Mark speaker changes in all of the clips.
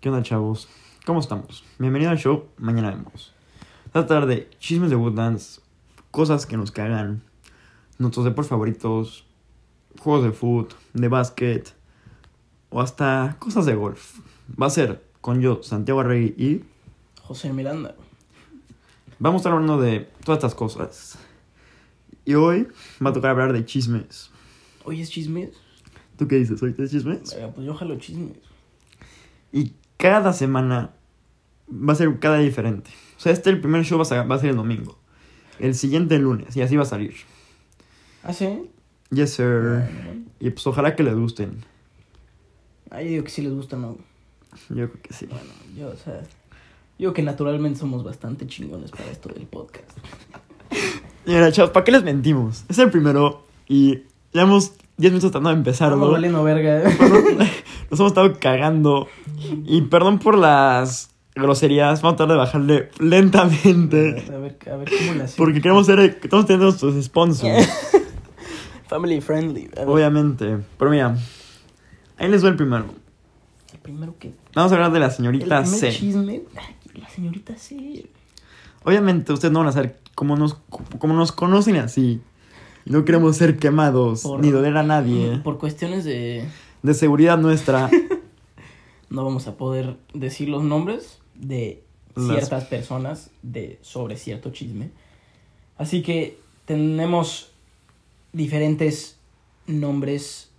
Speaker 1: ¿Qué onda, chavos? ¿Cómo estamos? Bienvenido al show Mañana Vemos. Esta tarde, chismes de Woodlands, cosas que nos cagan, nuestros deportes favoritos, juegos de fútbol, de básquet o hasta cosas de golf. Va a ser con yo, Santiago Arregui y
Speaker 2: José Miranda.
Speaker 1: vamos a estar hablando de todas estas cosas. Y hoy va a tocar hablar de chismes.
Speaker 2: Oye, es chismes.
Speaker 1: ¿Tú qué dices? ¿Hoy te chismes?
Speaker 2: Venga, pues yo jalo chismes.
Speaker 1: Y cada semana va a ser cada día diferente. O sea, este el primer show va a, sa- va a ser el domingo. El siguiente el lunes. Y así va a salir.
Speaker 2: ¿Ah, sí?
Speaker 1: Yes, sir. Y pues ojalá que les gusten.
Speaker 2: Ah, yo digo que sí les gusta, ¿no?
Speaker 1: Yo creo que sí.
Speaker 2: Bueno, yo, o sea. Yo que naturalmente somos bastante chingones para esto del podcast.
Speaker 1: Y Mira, chavos, ¿para qué les mentimos? Es el primero y llevamos 10 minutos tratando de empezar,
Speaker 2: Estamos
Speaker 1: ¿no?
Speaker 2: valiendo verga. ¿eh?
Speaker 1: Nos hemos estado cagando. Y perdón por las groserías. Vamos a tratar de bajarle lentamente.
Speaker 2: a ver, a ver cómo le hacemos.
Speaker 1: Porque queremos ser. Estamos teniendo nuestros sponsors.
Speaker 2: Family friendly. A ver,
Speaker 1: Obviamente. Pero mira, ahí les doy el primero.
Speaker 2: el primero que.
Speaker 1: Vamos a hablar de la
Speaker 2: El
Speaker 1: señorita
Speaker 2: primer
Speaker 1: C.
Speaker 2: chisme. ay, la señorita C.
Speaker 1: Obviamente, ustedes no van a saber cómo nos, cómo nos conocen así. Y No queremos ser quemados
Speaker 2: Por-
Speaker 1: ni doler a nadie.
Speaker 2: Por cuestiones de.
Speaker 1: De seguridad nuestra.
Speaker 2: No vamos a poder decir los nombres de
Speaker 1: Las-
Speaker 2: ciertas personas de sobre cierto chisme. Así que tenemos diferentes nombres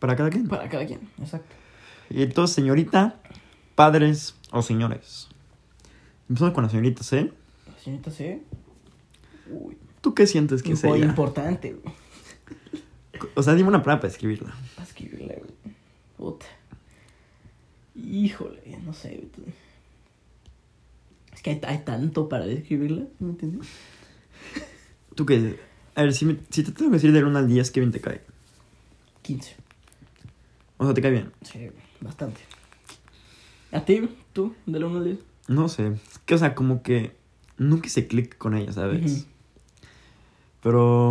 Speaker 1: para cada quien.
Speaker 2: para cada quien. Exacto.
Speaker 1: Y entonces, señorita, padres o señores. Empezamos con la señorita C.
Speaker 2: La señorita C. Uy,
Speaker 1: ¿Tú qué sientes que
Speaker 2: impo-
Speaker 1: es ella?
Speaker 2: importante, güey.
Speaker 1: O sea, dime una palabra para escribirla.
Speaker 2: Para escribirla, güey. Puta. Híjole, no sé. güey, tú- Es que hay, hay tanto para describirla, ¿me entiendes?
Speaker 1: ¿Tú qué? A ver, si, me- si te tengo que decir del 1 al 10, ¿qué bien te cae?
Speaker 2: 15.
Speaker 1: O sea, ¿te cae bien?
Speaker 2: Sí, bastante. ¿A ti? ¿Tú? ¿Del 1 al 10?
Speaker 1: No sé. Es que, o sea, como que nunca hice clic con ella, ¿sabes?
Speaker 2: Ujú.
Speaker 1: Pero,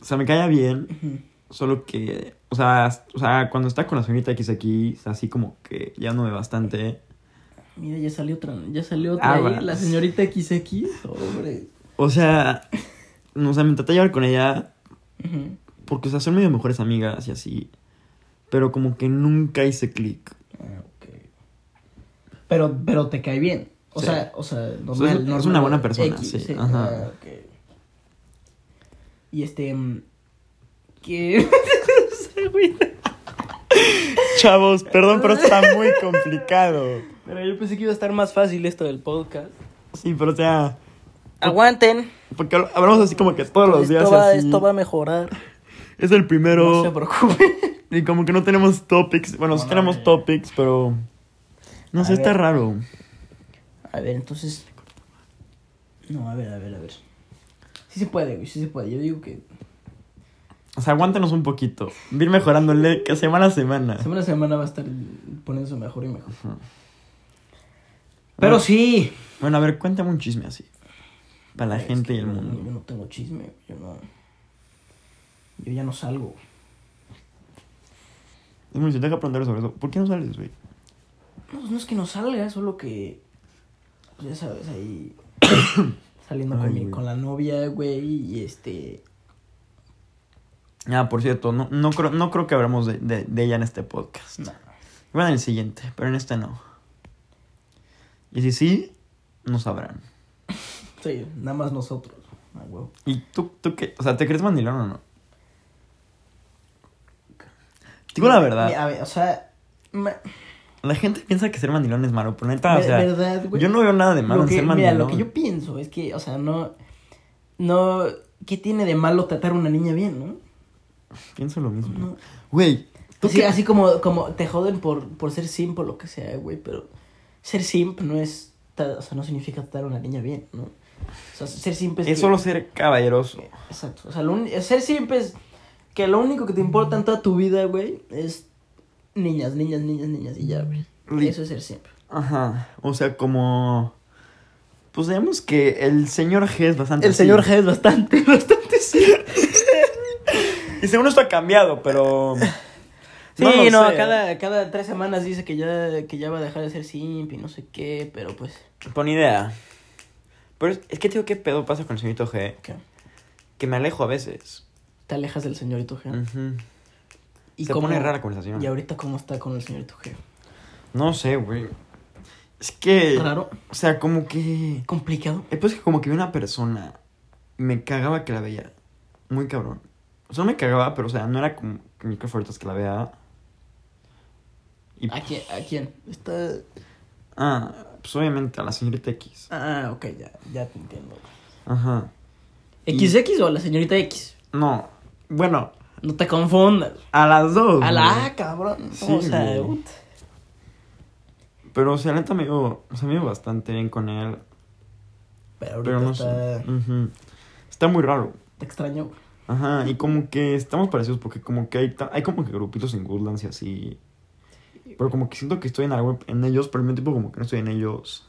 Speaker 1: o sea, me caía bien. Solo que, o sea, s- o sea, cuando está con la señorita X aquí, así como que ya no me bastante.
Speaker 2: Mira, ya salió otra, ya salió otra
Speaker 1: Ah,
Speaker 2: ahí,
Speaker 1: bueno.
Speaker 2: la señorita XX. Hombre.
Speaker 1: O sea, no, o sea, me traté de llevar con ella
Speaker 2: Ujú.
Speaker 1: porque, o sea, son medio mejores amigas y así. Pero como que nunca hice clic.
Speaker 2: Ah, ok. Pero, pero te cae bien. O
Speaker 1: Sí.
Speaker 2: sea, o sea, normal,
Speaker 1: es- es
Speaker 2: normal,
Speaker 1: una buena persona,
Speaker 2: X,
Speaker 1: sí, ajá.
Speaker 2: ah, ok. Y este mm, ¿Qué?
Speaker 1: Chavos, perdón, pero está muy complicado.
Speaker 2: Pero yo pensé que iba a estar más fácil esto del podcast.
Speaker 1: Sí, pero o sea,
Speaker 2: Aguanten.
Speaker 1: porque habl- hablamos así como que todos los días.
Speaker 2: esto, va,
Speaker 1: así.
Speaker 2: esto va a mejorar.
Speaker 1: Es el
Speaker 2: No se
Speaker 1: primero.
Speaker 2: preocupen.
Speaker 1: y como que no tenemos topics. Bueno, sí
Speaker 2: No, no,
Speaker 1: tenemos
Speaker 2: no.
Speaker 1: topics, pero. No
Speaker 2: A
Speaker 1: sé, está
Speaker 2: ver.
Speaker 1: raro.
Speaker 2: A ver, entonces. No, a ver, a ver, a ver. Sí se puede, güey, sí se puede. Yo digo que
Speaker 1: O sea, aguántanos un poquito. Ir mejorándole que semana a semana.
Speaker 2: Semana a semana va a estar poniéndose mejor y mejor.
Speaker 1: Ajá.
Speaker 2: Pero sí.
Speaker 1: Bueno, a ver, cuéntame un chisme así. Para la
Speaker 2: Es
Speaker 1: gente
Speaker 2: que
Speaker 1: y el
Speaker 2: yo no- Yo
Speaker 1: mundo.
Speaker 2: no tengo chisme, yo no. Yo ya no salgo.
Speaker 1: Es muy deja aprender sobre eso. ¿Por qué no sales, güey?
Speaker 2: No, pues no es que no salga, solo que. pues ya sabes, ahí. saliendo
Speaker 1: Ay,
Speaker 2: con, mi-
Speaker 1: güey.
Speaker 2: con la novia, güey, y este.
Speaker 1: Ah, por cierto, no, no, creo, no creo que hablamos de, de- de ella en este podcast.
Speaker 2: No.
Speaker 1: Bueno, en el siguiente, pero en este no. Y si sí, no sabrán.
Speaker 2: Sí, nada más nosotros. Ah, güey.
Speaker 1: ¿Y tú, tú qué? O sea, ¿te crees mandilón o no? Digo la verdad.
Speaker 2: A ver, o sea. ma-
Speaker 1: La gente piensa que ser mandilón es malo, pero neta, Ah, o
Speaker 2: Ver-
Speaker 1: sea,
Speaker 2: verdad, güey.
Speaker 1: yo no veo nada de malo
Speaker 2: Lo
Speaker 1: en
Speaker 2: que-
Speaker 1: ser
Speaker 2: mira,
Speaker 1: mandilón.
Speaker 2: lo que yo pienso es que, o sea, no. No. ¿Qué tiene de malo tratar a una niña bien, no?
Speaker 1: Pienso lo mismo.
Speaker 2: No.
Speaker 1: Güey, ¿tú
Speaker 2: Así,
Speaker 1: qué?
Speaker 2: así como, como te joden por, por ser simp o lo que sea, güey, pero ser simp no es, ta- o sea, no significa tratar a una niña bien, ¿no? O sea, ser simp es...
Speaker 1: es
Speaker 2: que-
Speaker 1: solo ser caballeroso.
Speaker 2: Exacto, o sea, lo uni- ser simp es que lo único que te importa en toda tu vida, güey, es niñas, niñas, niñas, niñas y ya, güey.
Speaker 1: Li-
Speaker 2: Eso es ser simp.
Speaker 1: Ajá. O sea, como. Pues digamos que el señor G es bastante.
Speaker 2: El
Speaker 1: así.
Speaker 2: señor G es bastante, bastante simp.
Speaker 1: Y según esto ha cambiado, pero.
Speaker 2: Sí,
Speaker 1: lo
Speaker 2: no,
Speaker 1: sé.
Speaker 2: cada, cada tres semanas dice que ya, que ya va a dejar de ser simp y no sé qué, pero pues.
Speaker 1: Pon idea. Pero es, es que, tío, ¿qué pedo pasa con el señorito G?
Speaker 2: ¿qué?
Speaker 1: Que me alejo a veces.
Speaker 2: Te alejas del señorito G.
Speaker 1: Ujú.
Speaker 2: ¿Y
Speaker 1: Mm. Se
Speaker 2: cómo-
Speaker 1: pone rara la conversación.
Speaker 2: ¿Y ahorita cómo está con el señorito G?
Speaker 1: No sé, güey. Es que.
Speaker 2: Raro,
Speaker 1: O sea, como que.
Speaker 2: complicado.
Speaker 1: El pedo es que como que vi una persona. y Me cagaba que la veía. Muy cabrón. O sea, no me cagaba, pero o sea, no era como que mis cosas favoritas que la vea. Y,
Speaker 2: ¿A quién? ¿A quién? Está...
Speaker 1: ah, pues obviamente a la señorita X.
Speaker 2: Ah, ok, ya, ya te entiendo.
Speaker 1: Ajá. Y-
Speaker 2: ¿XX o a la señorita X?
Speaker 1: No. Bueno,
Speaker 2: No te confundas.
Speaker 1: a las dos.
Speaker 2: A la
Speaker 1: güey.
Speaker 2: ah, cabrón.
Speaker 1: Pues Sí,
Speaker 2: o sea,
Speaker 1: güey.
Speaker 2: ut.
Speaker 1: Pero, o sea, la neta me iba, o sea, me iba bastante bien con él.
Speaker 2: Pero ahorita
Speaker 1: Pero no
Speaker 2: está...
Speaker 1: sé. Ujú. Está muy raro.
Speaker 2: Te extraño, güey.
Speaker 1: Ajá, y como que estamos parecidos porque como que hay, ta- hay como que grupitos en Goodlands y así. Pero como que siento que estoy en algo en ellos, pero al mismo tiempo como que no estoy en ellos.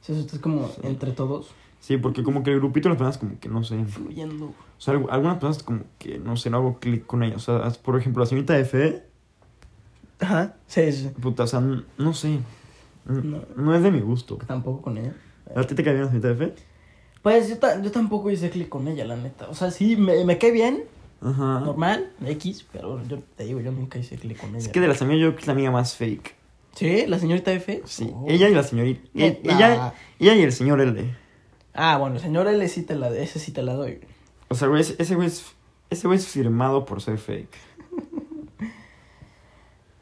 Speaker 2: Sí, eso es como entre todos.
Speaker 1: Sí, porque como que el grupito de las personas como que no sé. O
Speaker 2: Fluyendo, güey.
Speaker 1: sea, algu- algunas personas como que no sé, no hago clic con ellas. O sea, as- por ejemplo, la señorita F,
Speaker 2: Ajá. Sí, sí.
Speaker 1: puta, o sea, n- no sé. N-
Speaker 2: No.
Speaker 1: No, es de mi gusto.
Speaker 2: Tampoco con ella.
Speaker 1: ¿A ti te cae bien la señorita F?
Speaker 2: Pues yo, ta- yo tampoco hice clic con ella, la neta. O sea, sí, me, me cae bien,
Speaker 1: Ajá.
Speaker 2: normal, X, pero yo te digo, yo nunca hice clic con ella.
Speaker 1: Es que de las amigas yo creo que es la amiga más fake.
Speaker 2: Sí, la señorita F.
Speaker 1: Sí,
Speaker 2: Oh.
Speaker 1: ella y la señorita.
Speaker 2: No,
Speaker 1: e- Ella,
Speaker 2: nah.
Speaker 1: ella y el señor L.
Speaker 2: Ah, bueno, señora L sí te la, ese sí te la doy. güey.
Speaker 1: O sea, güey, ese ese güey es, ese güey es firmado por ser fake.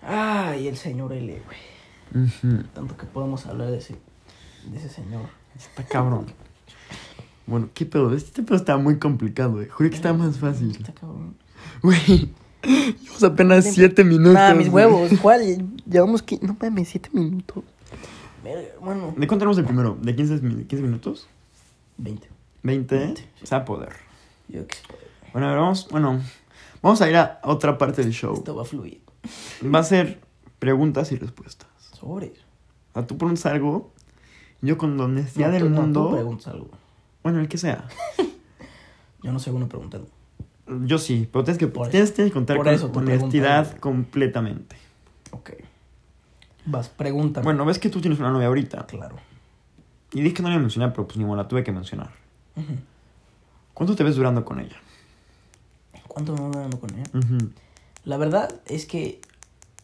Speaker 2: Ah, y el señor L, güey. Tanto que podemos hablar de ese, de ese señor.
Speaker 1: Está cabrón. Bueno, qué pedo. Este pedo está muy complicado, güey. Juro que está más fácil.
Speaker 2: Está cabrón.
Speaker 1: Güey, llevamos apenas siete minutos.
Speaker 2: Nah, mis
Speaker 1: güey.
Speaker 2: huevos, ¿cuál? Llevamos que. No mames, siete minutos. Verga, Bueno,
Speaker 1: ¿De cuánto tenemos el primero? ¿De 15, mi- 15 minutos?
Speaker 2: 20.
Speaker 1: ¿20?
Speaker 2: Veinte.
Speaker 1: Se va a poder.
Speaker 2: Yo que sé,
Speaker 1: Bueno, a ver, vamos. Bueno, vamos a ir a otra parte del show.
Speaker 2: esto va a fluir.
Speaker 1: Va a ser preguntas y respuestas.
Speaker 2: Sobre.
Speaker 1: O sea, tú preguntas algo. Yo con la honestidad
Speaker 2: No, tú-
Speaker 1: del
Speaker 2: no, tú
Speaker 1: mundo.
Speaker 2: preguntas algo.
Speaker 1: Bueno, el que sea.
Speaker 2: Yo no sé uno preguntando.
Speaker 1: Yo sí, pero tienes que,
Speaker 2: Por eso.
Speaker 1: tienes, tienes que contar
Speaker 2: Por
Speaker 1: con
Speaker 2: eso te
Speaker 1: honestidad
Speaker 2: preguntaba.
Speaker 1: completamente.
Speaker 2: Ok. Vas, pregúntame.
Speaker 1: Bueno, ves que tú tienes una novia ahorita.
Speaker 2: claro.
Speaker 1: Y dije que no la iba a mencionar, pero pues ni modo, la tuve que mencionar.
Speaker 2: Ujú.
Speaker 1: ¿Cuánto te ves durando con ella?
Speaker 2: ¿Cuánto me dando con ella?
Speaker 1: Ujú,
Speaker 2: La verdad es que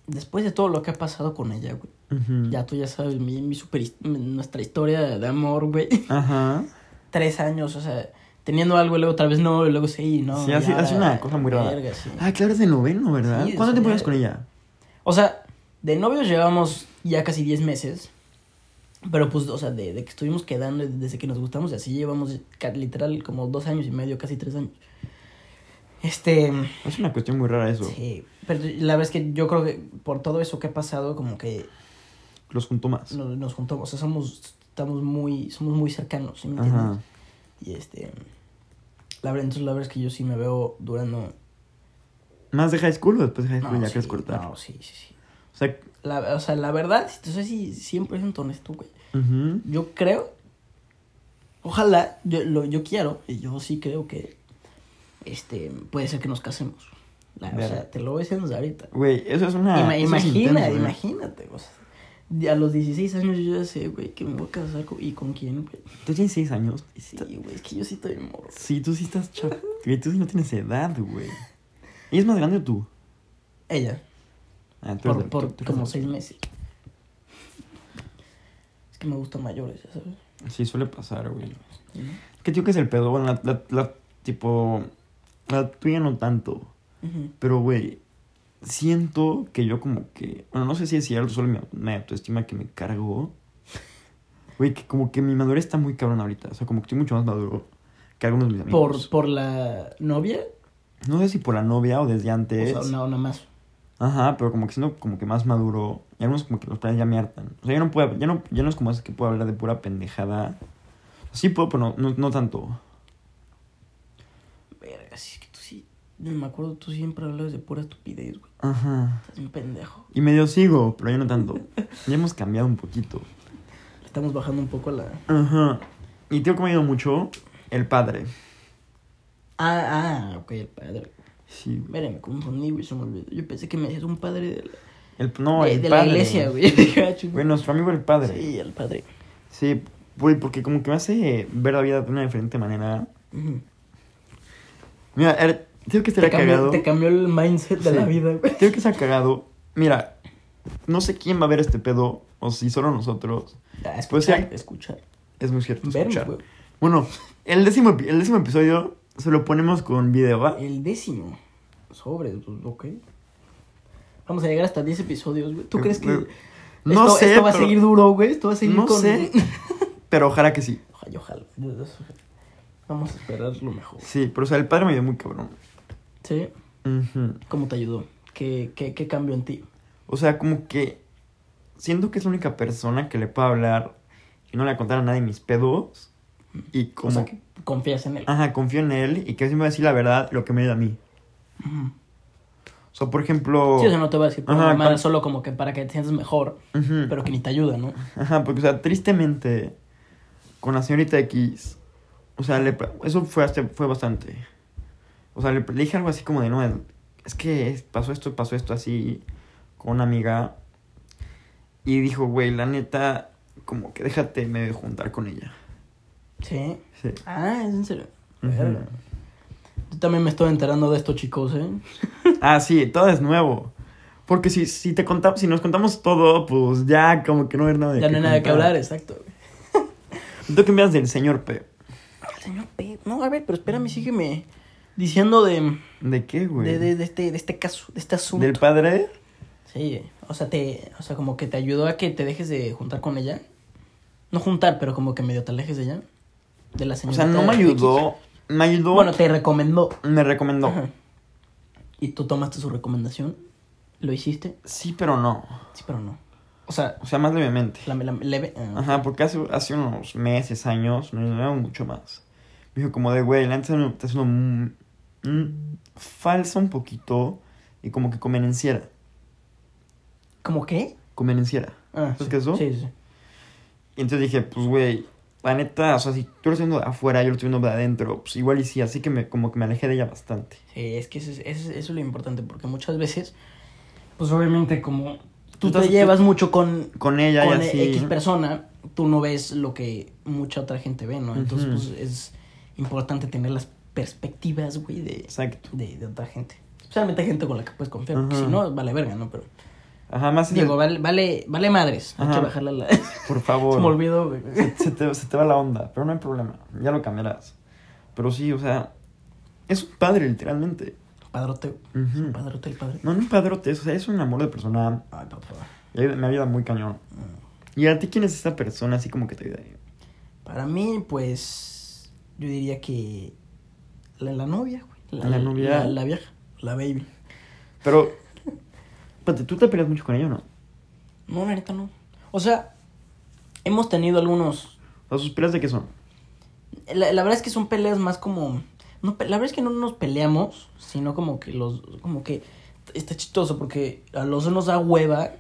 Speaker 2: después de todo lo que ha pasado con ella, güey.
Speaker 1: ujú.
Speaker 2: Ya tú ya sabes, mi, mi super, his- nuestra historia de amor, güey.
Speaker 1: Ajá.
Speaker 2: Tres años, o sea, teniendo algo y luego tal vez no, y luego sí, no.
Speaker 1: sí,
Speaker 2: y
Speaker 1: hace,
Speaker 2: ahora,
Speaker 1: hace una cosa muy rara.
Speaker 2: verga, sí.
Speaker 1: Ah, claro, es de noveno, ¿verdad?
Speaker 2: Sí, o
Speaker 1: ¿Cuánto
Speaker 2: sea,
Speaker 1: tiempo
Speaker 2: ya-
Speaker 1: llevas con ella?
Speaker 2: O sea, de novios llevamos ya casi 10 meses. Pero pues, o sea, de, de que estuvimos quedando y desde que nos gustamos y así llevamos ca- literal como dos años y medio, casi tres años. Este.
Speaker 1: Es una cuestión muy rara eso.
Speaker 2: Sí. Pero la verdad es que yo creo que por todo eso que ha pasado, como que
Speaker 1: Los junto más.
Speaker 2: no- nos, juntamos. O sea, somos. Estamos muy. Somos muy cercanos, ¿sí me entiendes?
Speaker 1: Ajá.
Speaker 2: Y este. La verdad, entonces la verdad es que yo sí me veo durando.
Speaker 1: ¿Más de high school o después de high
Speaker 2: no,
Speaker 1: school ya
Speaker 2: sí,
Speaker 1: quieres cortar?
Speaker 2: No, sí, sí, sí.
Speaker 1: O sea,
Speaker 2: La- o sea, la verdad, si te soy así 100% honesto, güey.
Speaker 1: ujú.
Speaker 2: Yo creo. Ojalá, yo, lo, yo quiero, y yo sí creo que. Este, puede ser que nos casemos. La- o
Speaker 1: Verga.
Speaker 2: sea, te lo voy diciendo desde ahorita.
Speaker 1: güey, eso es una.
Speaker 2: Ima-
Speaker 1: Ah, eso es
Speaker 2: imagina,
Speaker 1: intenso, ¿eh?
Speaker 2: imagínate, o sea, de- A los 16 años yo ya sé, güey, que me voy a casar con- y con quién, güey.
Speaker 1: Tú tienes seis años.
Speaker 2: Sí, güey, es que yo sí estoy morro.
Speaker 1: Sí, tú sí estás chap... Güey, tú sí no tienes edad, güey. ¿Ella es más grande o tú?
Speaker 2: Ella,
Speaker 1: Ah, tú eres
Speaker 2: por,
Speaker 1: de-
Speaker 2: por
Speaker 1: tú- tú eres
Speaker 2: como
Speaker 1: de-
Speaker 2: 6 meses. Es que me gustan mayores, ya sabes.
Speaker 1: Sí, suele pasar, güey.
Speaker 2: Ujú.
Speaker 1: ¿Qué tío que es el pedo? Bueno, la, la, la- tipo... La tuya no tanto.
Speaker 2: Ujú.
Speaker 1: Pero, güey, siento que yo como que... Bueno, no sé si es cierto, solo mi, au- mi autoestima que me cargó. Güey, que como que mi madurez está muy cabrón ahorita. O sea, como que estoy mucho más maduro que algunos de mis
Speaker 2: Por,
Speaker 1: amigos.
Speaker 2: por la novia,
Speaker 1: No sé si por la novia o desde
Speaker 2: o
Speaker 1: antes.
Speaker 2: sea, no, nada más.
Speaker 1: Ajá, pero como que siendo como que más maduro. Y algunos como que los planes ya me hartan. O sea, ya no puedo, ya no, ya no es como es que puedo hablar de pura pendejada. Sí puedo, pero no, no, no tanto.
Speaker 2: Verga, si es que tú sí. Yo me acuerdo, tú siempre hablabas de pura estupidez, güey.
Speaker 1: Ajá.
Speaker 2: Estás un pendejo.
Speaker 1: Y medio sigo, pero ya no tanto. Ya hemos cambiado un poquito.
Speaker 2: Le Estamos bajando un poco la.
Speaker 1: Ajá. Y tengo que me ha ido mucho el padre.
Speaker 2: Ah, ah, ok, el padre.
Speaker 1: Sí, güey.
Speaker 2: Mira, me confundí, güey, se me olvidó. Yo pensé que me decías un padre de la,
Speaker 1: El, no,
Speaker 2: de,
Speaker 1: el
Speaker 2: de la
Speaker 1: padre.
Speaker 2: iglesia, güey. Dije, ah, chinga.
Speaker 1: Güey, nuestro amigo el padre.
Speaker 2: Sí, el padre.
Speaker 1: Sí, güey, porque como que me hace ver la vida de una diferente manera.
Speaker 2: Ujú.
Speaker 1: Mira, er, tengo que estar
Speaker 2: Te
Speaker 1: cagado.
Speaker 2: cambió, te cambió el mindset de
Speaker 1: Sí.
Speaker 2: la vida, güey.
Speaker 1: Tengo que estar cagado. Mira, no sé quién va a ver este pedo, o si solo nosotros.
Speaker 2: Ah,
Speaker 1: Pues sí.
Speaker 2: Escuchar, escuchar.
Speaker 1: Es muy cierto.
Speaker 2: Vernos,
Speaker 1: escuchar.
Speaker 2: güey.
Speaker 1: Bueno, el décimo, epi- el décimo episodio se lo ponemos con video, ¿va?
Speaker 2: El décimo. Sobre, pues, ok. Vamos a llegar hasta 10 episodios, güey. ¿Tú crees que
Speaker 1: Güey,
Speaker 2: esto,
Speaker 1: No sé,
Speaker 2: esto va
Speaker 1: pero,
Speaker 2: a seguir duro, güey? Esto va a seguir
Speaker 1: No
Speaker 2: con...
Speaker 1: sé. pero ojalá que sí.
Speaker 2: Ojalá, ojalá. Vamos a esperar lo mejor.
Speaker 1: Sí, pero o sea, el padre me dio muy cabrón.
Speaker 2: ¿Sí?
Speaker 1: Ujú.
Speaker 2: ¿Cómo te ayudó? ¿Qué, qué, qué cambió en ti?
Speaker 1: O sea, como que siento que es la única persona que le puedo hablar y no le voy a contar a nadie mis pedos. Y como...
Speaker 2: O sea, que confías en él.
Speaker 1: Ajá, confío en él y que siempre me va a decir la verdad lo que me da a mí.
Speaker 2: Ujú.
Speaker 1: O sea, por ejemplo...
Speaker 2: Sí, o sea, no te voy a decir por
Speaker 1: Ajá,
Speaker 2: la mamada,
Speaker 1: con-
Speaker 2: solo como que para que te sientas mejor,
Speaker 1: Ujú.
Speaker 2: pero que ni te ayuda, ¿no?
Speaker 1: Ajá, porque, o sea, tristemente, con la señorita X, o sea, le, eso fue, hasta, fue bastante. O sea, le, le dije algo así como de, no, es que es- pasó esto, pasó esto así, con una amiga. Y dijo, güey, la neta, como que déjate medio juntar con ella.
Speaker 2: Sí.
Speaker 1: Sí.
Speaker 2: Ah, es en serio.
Speaker 1: Ujú.
Speaker 2: Verga. Yo también me estoy enterando de esto, chicos, ¿eh?
Speaker 1: Ah, sí, todo es nuevo. Porque si, si te contamos, si nos contamos todo, pues ya como que no hay nada de
Speaker 2: Ya
Speaker 1: qué
Speaker 2: no hay nada que
Speaker 1: contar.
Speaker 2: hablar, exacto.
Speaker 1: ¿Tú qué miras del señor P?
Speaker 2: El señor P. No, a ver, pero espérame, sígueme diciendo de,
Speaker 1: ¿De qué, güey?
Speaker 2: de, de- de este, de este caso, de este asunto.
Speaker 1: ¿Del padre?
Speaker 2: Sí, o sea, te, o sea, como que te ayudó a que te dejes de juntar con ella. No juntar, pero como que medio te alejes de ella. De la
Speaker 1: O
Speaker 2: señora.
Speaker 1: sea, no me ayudó. Me ayudó.
Speaker 2: Bueno, te recomendó.
Speaker 1: Me recomendó.
Speaker 2: Ajá. Y tú tomaste su recomendación. ¿Lo hiciste?
Speaker 1: Sí, pero no.
Speaker 2: Sí, pero no. O sea,
Speaker 1: O sea, más levemente.
Speaker 2: la, la- leve. ah,
Speaker 1: Ajá, porque hace, hace unos meses, años, me ayudaba mucho más. Me dijo como de, güey, la neta me está haciendo mm, mm, falsa un poquito y como que convenenciera.
Speaker 2: ¿Cómo qué?
Speaker 1: Convenenciera.
Speaker 2: Ah,
Speaker 1: ¿Sabes qué es eso?
Speaker 2: Sí, sí.
Speaker 1: Y entonces dije, pues, güey, la neta, o sea, si tú lo estás viendo de afuera, yo lo estoy viendo de adentro, pues igual y sí, así que me, como que me alejé de ella bastante.
Speaker 2: Sí, es que eso es, eso es- eso es lo importante, porque muchas veces, pues obviamente como tú
Speaker 1: Entonces,
Speaker 2: te
Speaker 1: tú-
Speaker 2: llevas mucho con,
Speaker 1: Con ella
Speaker 2: con
Speaker 1: y así.
Speaker 2: X persona, tú no ves lo que mucha otra gente ve, ¿no? Entonces,
Speaker 1: Ujú.
Speaker 2: pues es importante tener las perspectivas, güey, de,
Speaker 1: Exacto.
Speaker 2: de, de otra gente. Especialmente gente con la que puedes confiar, porque
Speaker 1: Ajá.
Speaker 2: si no, vale verga, ¿no? Pero,
Speaker 1: Ajá, más
Speaker 2: digo, vale, vale, vale madres, hay
Speaker 1: Ajá.
Speaker 2: que bajarla la...
Speaker 1: Por
Speaker 2: Se me
Speaker 1: favor.
Speaker 2: olvidó, güey.
Speaker 1: se, se te, se te va la onda, pero no hay problema, ya lo cambiarás. Pero sí, o sea, es un padre, literalmente.
Speaker 2: Padrote,
Speaker 1: Ujú.
Speaker 2: padrote el padre.
Speaker 1: No, no un padrote, es, o sea, es un amor de persona,
Speaker 2: Ay, papá.
Speaker 1: y ayuda- me ayuda muy cañón. ¿Y a ti quién es esa persona así como que te ayuda?
Speaker 2: Para mí, pues, yo diría que la, la novia, güey.
Speaker 1: La novia.
Speaker 2: La, la vieja, la baby.
Speaker 1: Pero, espérate, tú te peleas mucho con ella, o ¿no?
Speaker 2: No, la neta no. O sea, hemos tenido algunos...
Speaker 1: O sea, ¿sus peleas de qué son?
Speaker 2: La, la verdad es que son peleas más como... No, pe- la verdad es que no nos peleamos, sino como que los... Como que está chistoso porque a los dos nos da hueva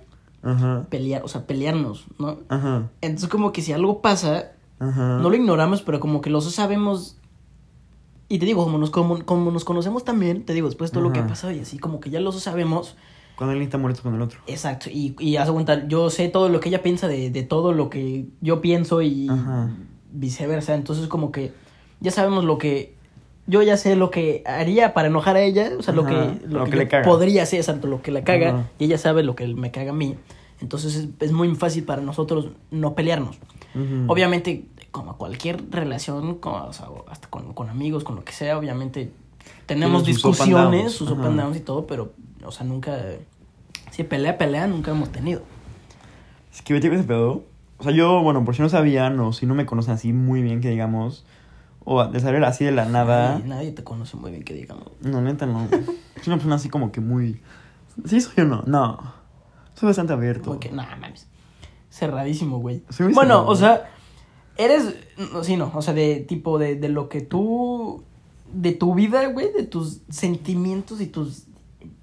Speaker 1: Ajá,
Speaker 2: pelear, o sea, pelearnos, ¿no?
Speaker 1: ajá,
Speaker 2: Entonces como que si algo pasa,
Speaker 1: ajá.
Speaker 2: No lo ignoramos, pero como que los dos sabemos. Y te digo, como nos, como, como nos conocemos también, te digo, después todo lo que ha
Speaker 1: Ajá.
Speaker 2: pasado y así, como que ya los dos sabemos.
Speaker 1: Cuando alguien está molesto con el otro.
Speaker 2: Exacto, y, y haz de cuenta, yo sé todo lo que ella piensa de, de todo lo que yo pienso y
Speaker 1: Ajá.
Speaker 2: viceversa. Entonces, como que ya sabemos lo que. Yo ya sé lo que haría para enojar a ella, o sea, lo
Speaker 1: Ajá,
Speaker 2: que, lo
Speaker 1: lo
Speaker 2: que
Speaker 1: que le
Speaker 2: yo
Speaker 1: caga.
Speaker 2: podría hacer, exacto, lo que la caga,
Speaker 1: Ajá.
Speaker 2: y ella sabe lo que me caga a mí. Entonces, es- es muy fácil para nosotros no pelearnos.
Speaker 1: Ujú.
Speaker 2: Obviamente, como cualquier relación, con, o sea, hasta con, con amigos, con lo que sea, obviamente tenemos
Speaker 1: Tienen sus up and
Speaker 2: discusiones,
Speaker 1: downs,
Speaker 2: sus
Speaker 1: ajá.
Speaker 2: up and downs y todo, pero, o sea, nunca. Si pelea, pelea, nunca hemos tenido.
Speaker 1: Es que yo tengo ese pedo. O sea, yo, bueno, por si no sabían o si no me conocen así muy bien, que digamos, o de salir así de la nada.
Speaker 2: Nadie, nadie te conoce muy bien, que digamos.
Speaker 1: No, neta no. Soy una persona así como que muy. ¿Sí soy o no? No. Soy bastante abierto.
Speaker 2: Como que, no, mames. Cerradísimo, güey.
Speaker 1: Soy muy
Speaker 2: bueno,
Speaker 1: cerrado.
Speaker 2: o sea, eres. No, sí, no, o sea, de tipo, de, de lo que tú. De tu vida, güey, de tus sentimientos y tus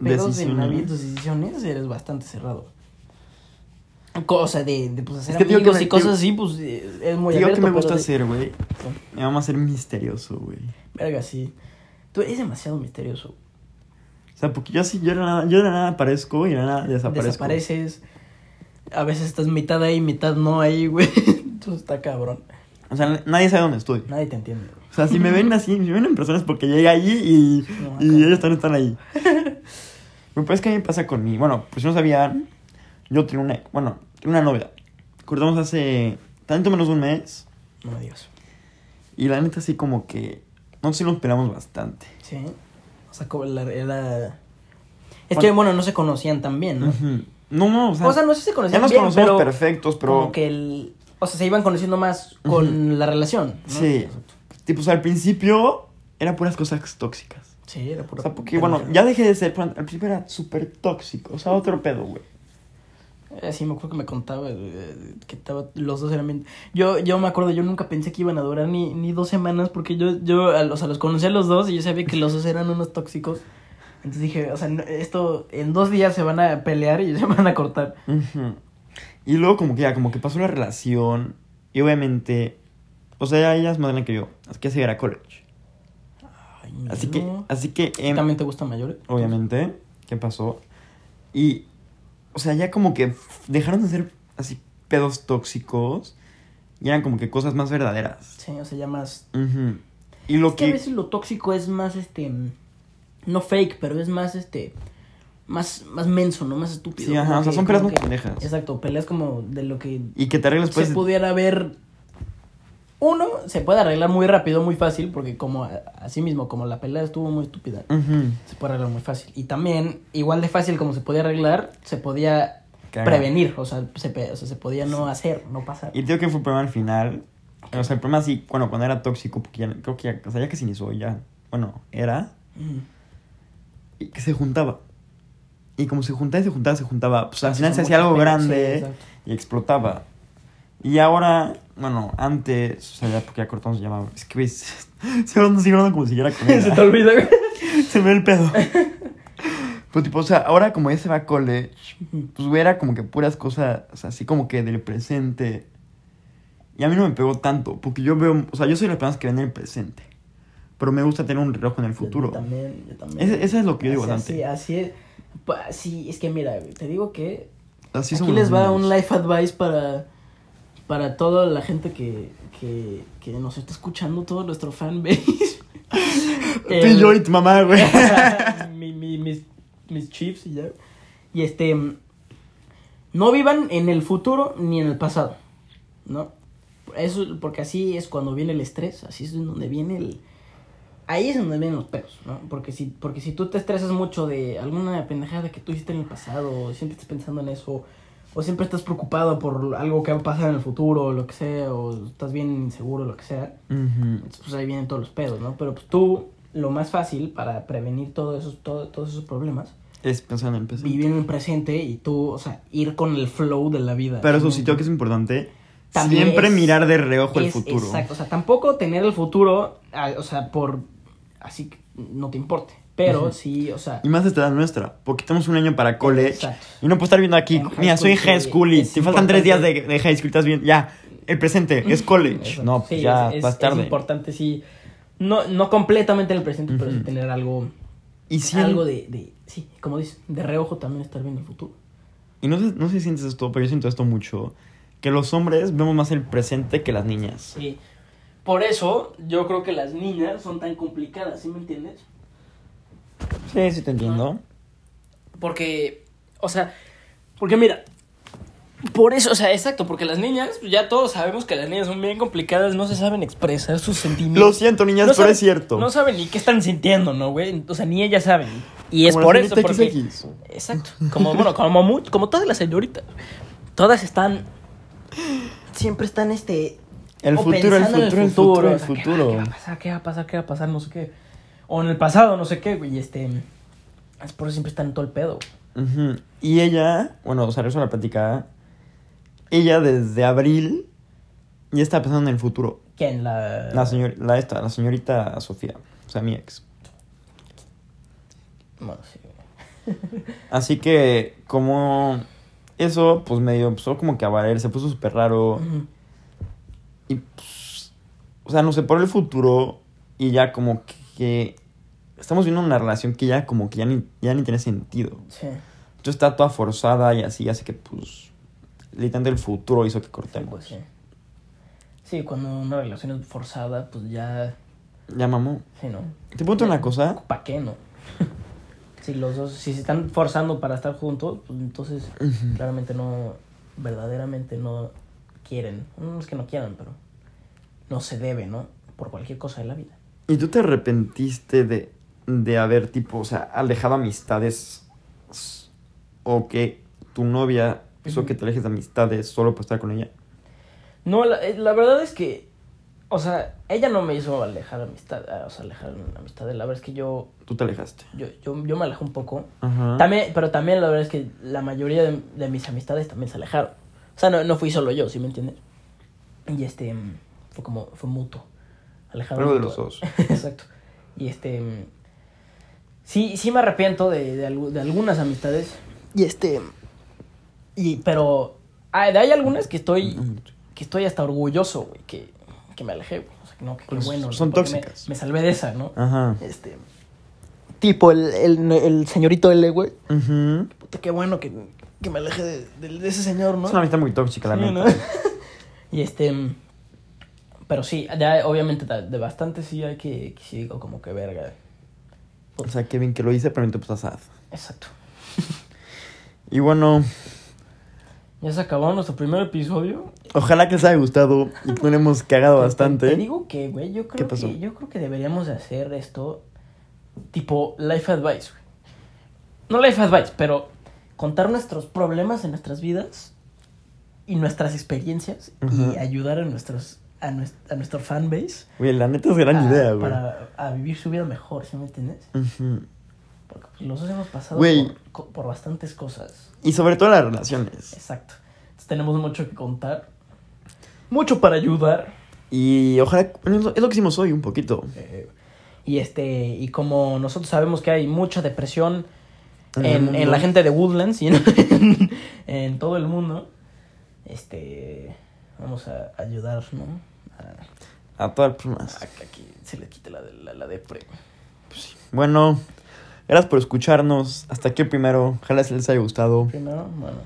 Speaker 2: pedos de
Speaker 1: Decisiones.
Speaker 2: la vida y tus decisiones, eres bastante cerrado. Co- O sea, de, de pues, hacer
Speaker 1: Es que digo que
Speaker 2: amigos
Speaker 1: me-
Speaker 2: y cosas
Speaker 1: digo-
Speaker 2: así, pues eh, es muy
Speaker 1: Digo que
Speaker 2: abierto.
Speaker 1: me
Speaker 2: pero
Speaker 1: gusta
Speaker 2: de-
Speaker 1: hacer, güey. Me vamos a ser misterioso, güey.
Speaker 2: Verga, sí. Tú eres demasiado misterioso.
Speaker 1: O sea, porque yo así, yo de la nada, yo de la nada aparezco y de la nada desaparezco.
Speaker 2: Desapareces. A veces estás mitad ahí, mitad no ahí, güey. Entonces está cabrón.
Speaker 1: O sea, nadie sabe dónde estoy.
Speaker 2: Nadie te entiende, güey.
Speaker 1: O sea, si me ven así, si me ven en persona es porque llegué allí y,
Speaker 2: No,
Speaker 1: y
Speaker 2: acá.
Speaker 1: ellos están, están ahí. Me parece que a mí me pasa con mi. Bueno, pues si no sabían, yo tenía una. Bueno, tenía una novia. Cortamos hace tanto menos de un mes.
Speaker 2: No me digas.
Speaker 1: Y la neta, así como que. No sé si nos peleamos bastante.
Speaker 2: Sí. O sea, como la, era... Es que, bueno, no se conocían tan bien, ¿no?
Speaker 1: Ujú. No, no, o sea.
Speaker 2: O sea, no sé si se
Speaker 1: ya
Speaker 2: conocían
Speaker 1: nos
Speaker 2: bien,
Speaker 1: conocemos
Speaker 2: pero
Speaker 1: perfectos, pero.
Speaker 2: Como que el... O sea, se iban conociendo más con la relación, ¿no?
Speaker 1: Sí. Tipo, o sea, al principio era puras cosas tóxicas.
Speaker 2: Sí, era
Speaker 1: O
Speaker 2: pura...
Speaker 1: sea, porque, bueno, ya dejé de ser. pero Al principio era súper tóxico. O sea, otro pedo, güey.
Speaker 2: Eh, sí, me acuerdo que me contaba eh, que estaba, los dos eran bien... Yo, yo me acuerdo, yo nunca pensé que iban a durar ni, ni dos semanas porque yo, yo a- o sea, los conocí a los dos y yo sabía que los dos eran unos tóxicos. Entonces dije, o sea, no- esto en dos días se van a pelear y se van a cortar.
Speaker 1: Ujú. Y luego como que ya, como que pasó la relación. Y obviamente, o sea, ella es más grande que yo. Así que se irá a college.
Speaker 2: Ay,
Speaker 1: Así que,
Speaker 2: no.
Speaker 1: así que, em,
Speaker 2: ¿También te gustan mayores?
Speaker 1: obviamente, ¿qué pasó? Y, o sea, ya como que dejaron de ser así pedos tóxicos. Y eran como que cosas más verdaderas.
Speaker 2: Sí, o sea, ya más...
Speaker 1: Ujú. Y lo
Speaker 2: Es que a
Speaker 1: que...
Speaker 2: veces lo tóxico es más, este... No fake, pero es más, este... Más, más menso, ¿no? Más estúpido.
Speaker 1: Sí, ajá,
Speaker 2: Como
Speaker 1: o sea,
Speaker 2: que-
Speaker 1: son peleas
Speaker 2: como
Speaker 1: muy
Speaker 2: que-
Speaker 1: pendejas.
Speaker 2: Exacto, peleas como de lo que
Speaker 1: Y que te arregles pues...
Speaker 2: se pudiera ver uno se puede arreglar muy rápido muy fácil porque como a- así mismo como la pelea estuvo muy estúpida
Speaker 1: ujú,
Speaker 2: se puede arreglar muy fácil y también igual de fácil como se podía arreglar se podía
Speaker 1: cagar.
Speaker 2: prevenir o sea se, pe- o sea, se podía no hacer no pasar
Speaker 1: Y digo que fue el problema al final. O sea, el problema sí, bueno, cuando era tóxico, porque ya, creo que ya, o sea, ya casi ni soy, ya, bueno, era,
Speaker 2: Mm.
Speaker 1: y que se juntaba. Y como se juntaba y se juntaba, se juntaba, pues al
Speaker 2: Así
Speaker 1: final
Speaker 2: son
Speaker 1: se hacía
Speaker 2: muchas
Speaker 1: algo
Speaker 2: pedas, Ah, sí,
Speaker 1: grande
Speaker 2: exacto.
Speaker 1: y explotaba. Y ahora, bueno, antes, o sea, ya porque ya cortamos, se llamaba, es que ves, se hablando, sigo hablando como si ya era con
Speaker 2: se te
Speaker 1: ella.
Speaker 2: olvida güey.
Speaker 1: se me ve el pedo. Pues tipo, o sea, ahora como ya se va a college, pues güey, era como que puras cosas así como que del presente. Y a mí no me pegó tanto, porque yo veo, o sea, yo soy las personas que ven el presente. Pero me gusta tener un reloj en el futuro.
Speaker 2: Yo también, yo también.
Speaker 1: Ese- ese es lo que yo digo
Speaker 2: Así-
Speaker 1: bastante.
Speaker 2: Así, así es. Pa- sí, es que mira, güey, te digo que
Speaker 1: Así
Speaker 2: Aquí
Speaker 1: somos
Speaker 2: les
Speaker 1: los
Speaker 2: va un
Speaker 1: niños.
Speaker 2: life advice para, para toda la gente que, que, que nos está escuchando, todo nuestro fanbase.
Speaker 1: Tú
Speaker 2: eh,
Speaker 1: y yo y tu mamá, güey.
Speaker 2: Mi- mi- mis, mis chips y ya. Y este. No vivan en el futuro ni en el pasado. ¿No? Eso, porque así es cuando viene el estrés, así es donde viene el. Ahí es donde vienen los pedos, ¿no? Porque si, porque si tú te estresas mucho de alguna pendejada que tú hiciste en el pasado, o siempre estás pensando en eso, o siempre estás preocupado por algo que va a pasar en el futuro, o lo que sea, o estás bien inseguro, lo que sea,
Speaker 1: Ujú.
Speaker 2: entonces, pues ahí vienen todos los pedos, ¿no? Pero pues tú, lo más fácil para prevenir todos esos, todo- todos esos problemas,
Speaker 1: Es pensar en el presente.
Speaker 2: vivir en el presente y tú, o sea, ir con el flow de la vida.
Speaker 1: Pero eso
Speaker 2: ¿sí?
Speaker 1: sí creo que es importante.
Speaker 2: También
Speaker 1: siempre
Speaker 2: es-
Speaker 1: mirar de reojo el
Speaker 2: Es-
Speaker 1: futuro.
Speaker 2: Exacto, o sea, tampoco tener el futuro, ah, o sea, por... Así que no te importe, pero
Speaker 1: Ujú.
Speaker 2: sí, o sea...
Speaker 1: Y más esta edad nuestra, porque tenemos un año para college.
Speaker 2: Exacto.
Speaker 1: Y no puedo estar viendo aquí,
Speaker 2: En high
Speaker 1: mira, soy en
Speaker 2: school,
Speaker 1: high
Speaker 2: sí,
Speaker 1: school y
Speaker 2: es
Speaker 1: te faltan tres días
Speaker 2: importante.
Speaker 1: de, de high school, estás bien, ya, el presente es college.
Speaker 2: Exacto.
Speaker 1: No, pues
Speaker 2: Sí,
Speaker 1: ya,
Speaker 2: es- es-
Speaker 1: vas tarde.
Speaker 2: Es importante, sí. No, no completamente en el presente, pero sí
Speaker 1: Ujú.
Speaker 2: tener algo...
Speaker 1: y, si
Speaker 2: Algo de, de... Sí, como dices, de reojo también estar bien el futuro.
Speaker 1: y no sé, no sé si sientes esto, pero yo siento esto mucho, que los hombres vemos más el presente que las niñas.
Speaker 2: Sí. Por eso yo creo que las niñas son tan complicadas, ¿sí me entiendes?
Speaker 1: Sí, sí te entiendo.
Speaker 2: Porque, o sea, porque mira, por eso, o sea, exacto, porque las niñas, pues ya todos sabemos que las niñas son bien complicadas, no se saben expresar sus sentimientos.
Speaker 1: Lo siento, niñas, pero
Speaker 2: saben-
Speaker 1: es cierto.
Speaker 2: No saben ni qué están sintiendo, ¿no, güey? O sea, ni ellas saben. Y es
Speaker 1: Como
Speaker 2: por
Speaker 1: la
Speaker 2: eso,
Speaker 1: señorita
Speaker 2: porque...
Speaker 1: XX.
Speaker 2: Exacto. Como, bueno, como, mu- como todas las señoritas. Todas están... Siempre están, este,
Speaker 1: El
Speaker 2: o
Speaker 1: futuro, el
Speaker 2: pensando en
Speaker 1: futuro, el futuro,
Speaker 2: o
Speaker 1: el
Speaker 2: sea,
Speaker 1: futuro.
Speaker 2: ¿Qué va, qué va a pasar? ¿Qué va a pasar? ¿Qué va a pasar? No sé qué. O en el pasado, no sé qué, güey. y Este. Es por eso siempre están en todo el pedo. güey.
Speaker 1: Ujú. Y ella, bueno, o sea, eso la plática. Ella desde abril ya está pensando en el futuro.
Speaker 2: ¿Quién? La.
Speaker 1: La, señor, la, esta, la señorita Sofía, o sea, mi ex.
Speaker 2: Bueno, sí, güey.
Speaker 1: Así que, como eso, pues medio empezó como que a valer, se puso súper raro.
Speaker 2: Ujú.
Speaker 1: Y, pues, o sea, no sé, por el futuro y ya como que estamos viendo una relación que ya como que ya ni, ya ni tiene sentido.
Speaker 2: Sí.
Speaker 1: Entonces está toda forzada y así hace que, pues, literalmente el futuro hizo que
Speaker 2: Sí,
Speaker 1: cortemos.
Speaker 2: pues sí. Sí, cuando una relación es forzada, pues ya.
Speaker 1: Ya, mamó.
Speaker 2: Sí, ¿no?
Speaker 1: Te pregunto una cosa.
Speaker 2: ¿Para qué no? si los dos, si se están forzando para estar juntos, pues entonces claramente no, verdaderamente no quieren. No es que no quieran, pero no se debe, ¿no? Por cualquier cosa de la vida.
Speaker 1: ¿Y tú te arrepentiste de, de haber, tipo, o sea, alejado amistades s- o que tu novia hizo
Speaker 2: Ujú.
Speaker 1: que te alejes de amistades solo para estar con ella?
Speaker 2: No, la, eh, la verdad es que, o sea, ella no me hizo alejar amistad, ah, o sea, alejar amistades. La verdad es que yo,
Speaker 1: Tú te alejaste.
Speaker 2: yo, yo, yo me alejé un poco.
Speaker 1: Ajá.
Speaker 2: También, pero también la verdad es que la mayoría de, de mis amistades también se alejaron. O sea, no, no fui solo yo, ¿sí me entiendes? Y este, mm, fue como, fue mutuo. Alejado
Speaker 1: Algo de los dos.
Speaker 2: Exacto. Y este, mm, sí, sí me arrepiento de, de, algu- de algunas amistades. Y este, y, pero hay, hay algunas que estoy, que estoy hasta orgulloso, güey, que, que me alejé, güey. O sea, que no, que qué
Speaker 1: Pues
Speaker 2: bueno. ¿no?
Speaker 1: son
Speaker 2: Porque me-
Speaker 1: tóxicas.
Speaker 2: Me, salvé de esa, ¿no?
Speaker 1: Ajá.
Speaker 2: Este, tipo el, el, el señorito L, güey.
Speaker 1: Ujú.
Speaker 2: Puta, qué bueno que, que me aleje de, de- de ese señor, ¿no?
Speaker 1: Es una amistad muy tóxica, la
Speaker 2: Sí,
Speaker 1: neta.
Speaker 2: ¿no? y este. mm, Pero sí, ya, obviamente de, de bastante sí hay que, que sí digo como que verga.
Speaker 1: O sea, qué bien que lo hice, pero entonces pues, asad.
Speaker 2: Exacto.
Speaker 1: Y bueno,
Speaker 2: Ya se acabó nuestro primer episodio.
Speaker 1: ojalá que les haya gustado y que no le hemos cagado
Speaker 2: Te, te
Speaker 1: bastante.
Speaker 2: digo que, güey, yo
Speaker 1: ¿Qué
Speaker 2: creo
Speaker 1: pasó?
Speaker 2: que yo creo que deberíamos de hacer esto tipo life advice, güey. No life advice, pero contar nuestros problemas en nuestras vidas y nuestras experiencias y
Speaker 1: Ajá.
Speaker 2: ayudar a nuestros a nuestro, a nuestro fanbase
Speaker 1: Güey, la neta es gran
Speaker 2: a-
Speaker 1: idea, güey.
Speaker 2: Ah, Para a vivir su vida mejor, ¿sí me entiendes?
Speaker 1: Ujú.
Speaker 2: Porque pues, los dos hemos pasado
Speaker 1: Güey.
Speaker 2: por, co- por bastantes cosas.
Speaker 1: Y sobre todo las relaciones.
Speaker 2: Exacto. Entonces tenemos mucho que contar. Mucho para ayudar.
Speaker 1: Y ojalá. bueno, Es lo- es lo que hicimos hoy un poquito.
Speaker 2: Eh, y este y como nosotros sabemos que hay mucha depresión
Speaker 1: En el
Speaker 2: en,
Speaker 1: mundo.
Speaker 2: en la gente de Woodlands y en, en todo el mundo, este vamos a ayudar, ¿no? A,
Speaker 1: A todas las personas.
Speaker 2: a que aquí se les quite la, la, la depre.
Speaker 1: Bueno, gracias por escucharnos. Hasta aquí el primero. Ojalá se les haya gustado.
Speaker 2: Primero, bueno.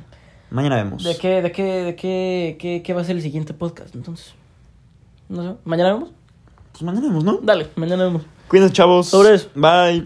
Speaker 1: Mañana vemos.
Speaker 2: ¿De qué, de qué, de qué, qué, qué va a ser el siguiente podcast entonces? No sé, ¿mañana vemos?
Speaker 1: Pues mañana vemos, ¿no?
Speaker 2: Dale, mañana vemos.
Speaker 1: Cuídense, chavos.
Speaker 2: Sobres.
Speaker 1: Bye.